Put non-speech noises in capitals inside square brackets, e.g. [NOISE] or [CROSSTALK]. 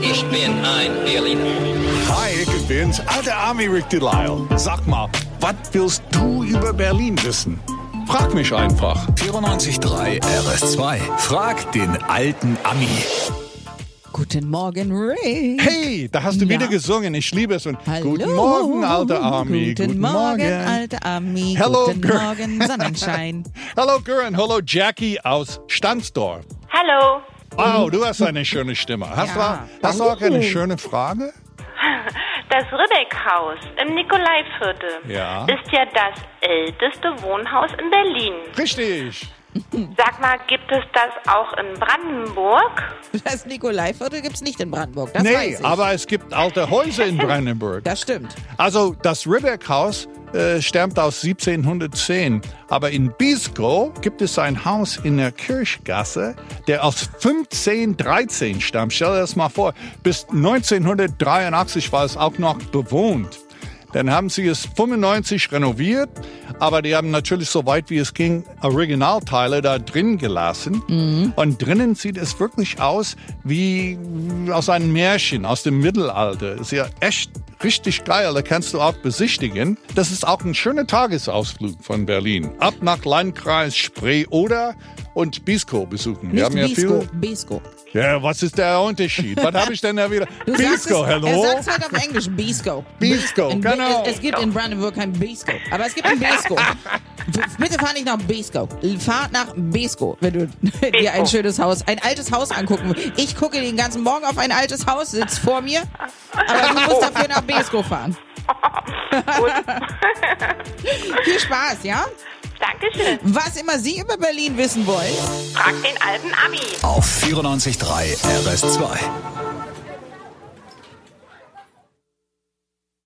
Ich bin ein Berliner. Hi, ich bin's, alter Army Rick Delisle. Sag mal, was willst du über Berlin wissen? Frag mich einfach. 94.3 RS2. Frag den alten Ami. Guten Morgen, Rick. Hey, da hast du Ja. wieder gesungen. Ich liebe es. Und Hallo. guten Morgen, alter Army. Guten, Morgen, alter Ami. Hello, Guten girl. [LAUGHS] Morgen, Sonnenschein. Hallo, Göran. Hallo, Jackie aus Stanzdorf. Hallo. Wow, du hast eine schöne Stimme. Hast, Ja. du, hast du auch eine schöne Frage? Das Ribbeckhaus im Nikolaiviertel Ja. ist ja das älteste Wohnhaus in Berlin. Richtig. Sag mal, gibt es das auch in Brandenburg? Das Nikolaiviertel gibt's nicht in Brandenburg. Das nee, weiß ich. aber es gibt alte Häuser [LAUGHS] in Brandenburg. das stimmt. Also das Ribbeck-Haus äh, stammt aus 1710, aber in Biskow gibt es ein Haus in der Kirchgasse, der aus 1513 stammt. Stell dir das mal vor, bis 1983 war es auch noch bewohnt. Dann haben sie es 95 renoviert, aber die haben natürlich so weit wie es ging Originalteile da drin gelassen. Mhm. Und drinnen sieht es wirklich aus wie aus einem Märchen, aus dem Mittelalter. Ist ja echt richtig geil, da kannst du auch besichtigen. Das ist auch ein schöner Tagesausflug von Berlin. Ab nach Landkreis Spree oder und Biskow besuchen. Nicht Bisco, viel- Bisco. Ja, was ist der Unterschied? Was habe ich denn da wieder? Du sagst Biskow, es, Er hello? sagt es halt auf Englisch, Bisco. Bisco, In- genau. Es, es gibt in Brandenburg kein Bisco, aber es gibt ein Bisco. B- Bitte fahr nicht nach Bisco. Fahr nach Bisco, wenn du [LAUGHS] dir ein schönes Haus, ein altes Haus angucken willst. Ich gucke den ganzen Morgen auf ein altes Haus, sitzt vor mir, aber du musst dafür nach Bisco fahren. Gut. [LAUGHS] Viel Spaß, ja? Dankeschön. Was immer Sie über Berlin wissen wollen. Frag den alten Ami. Auf 94.3 RS2.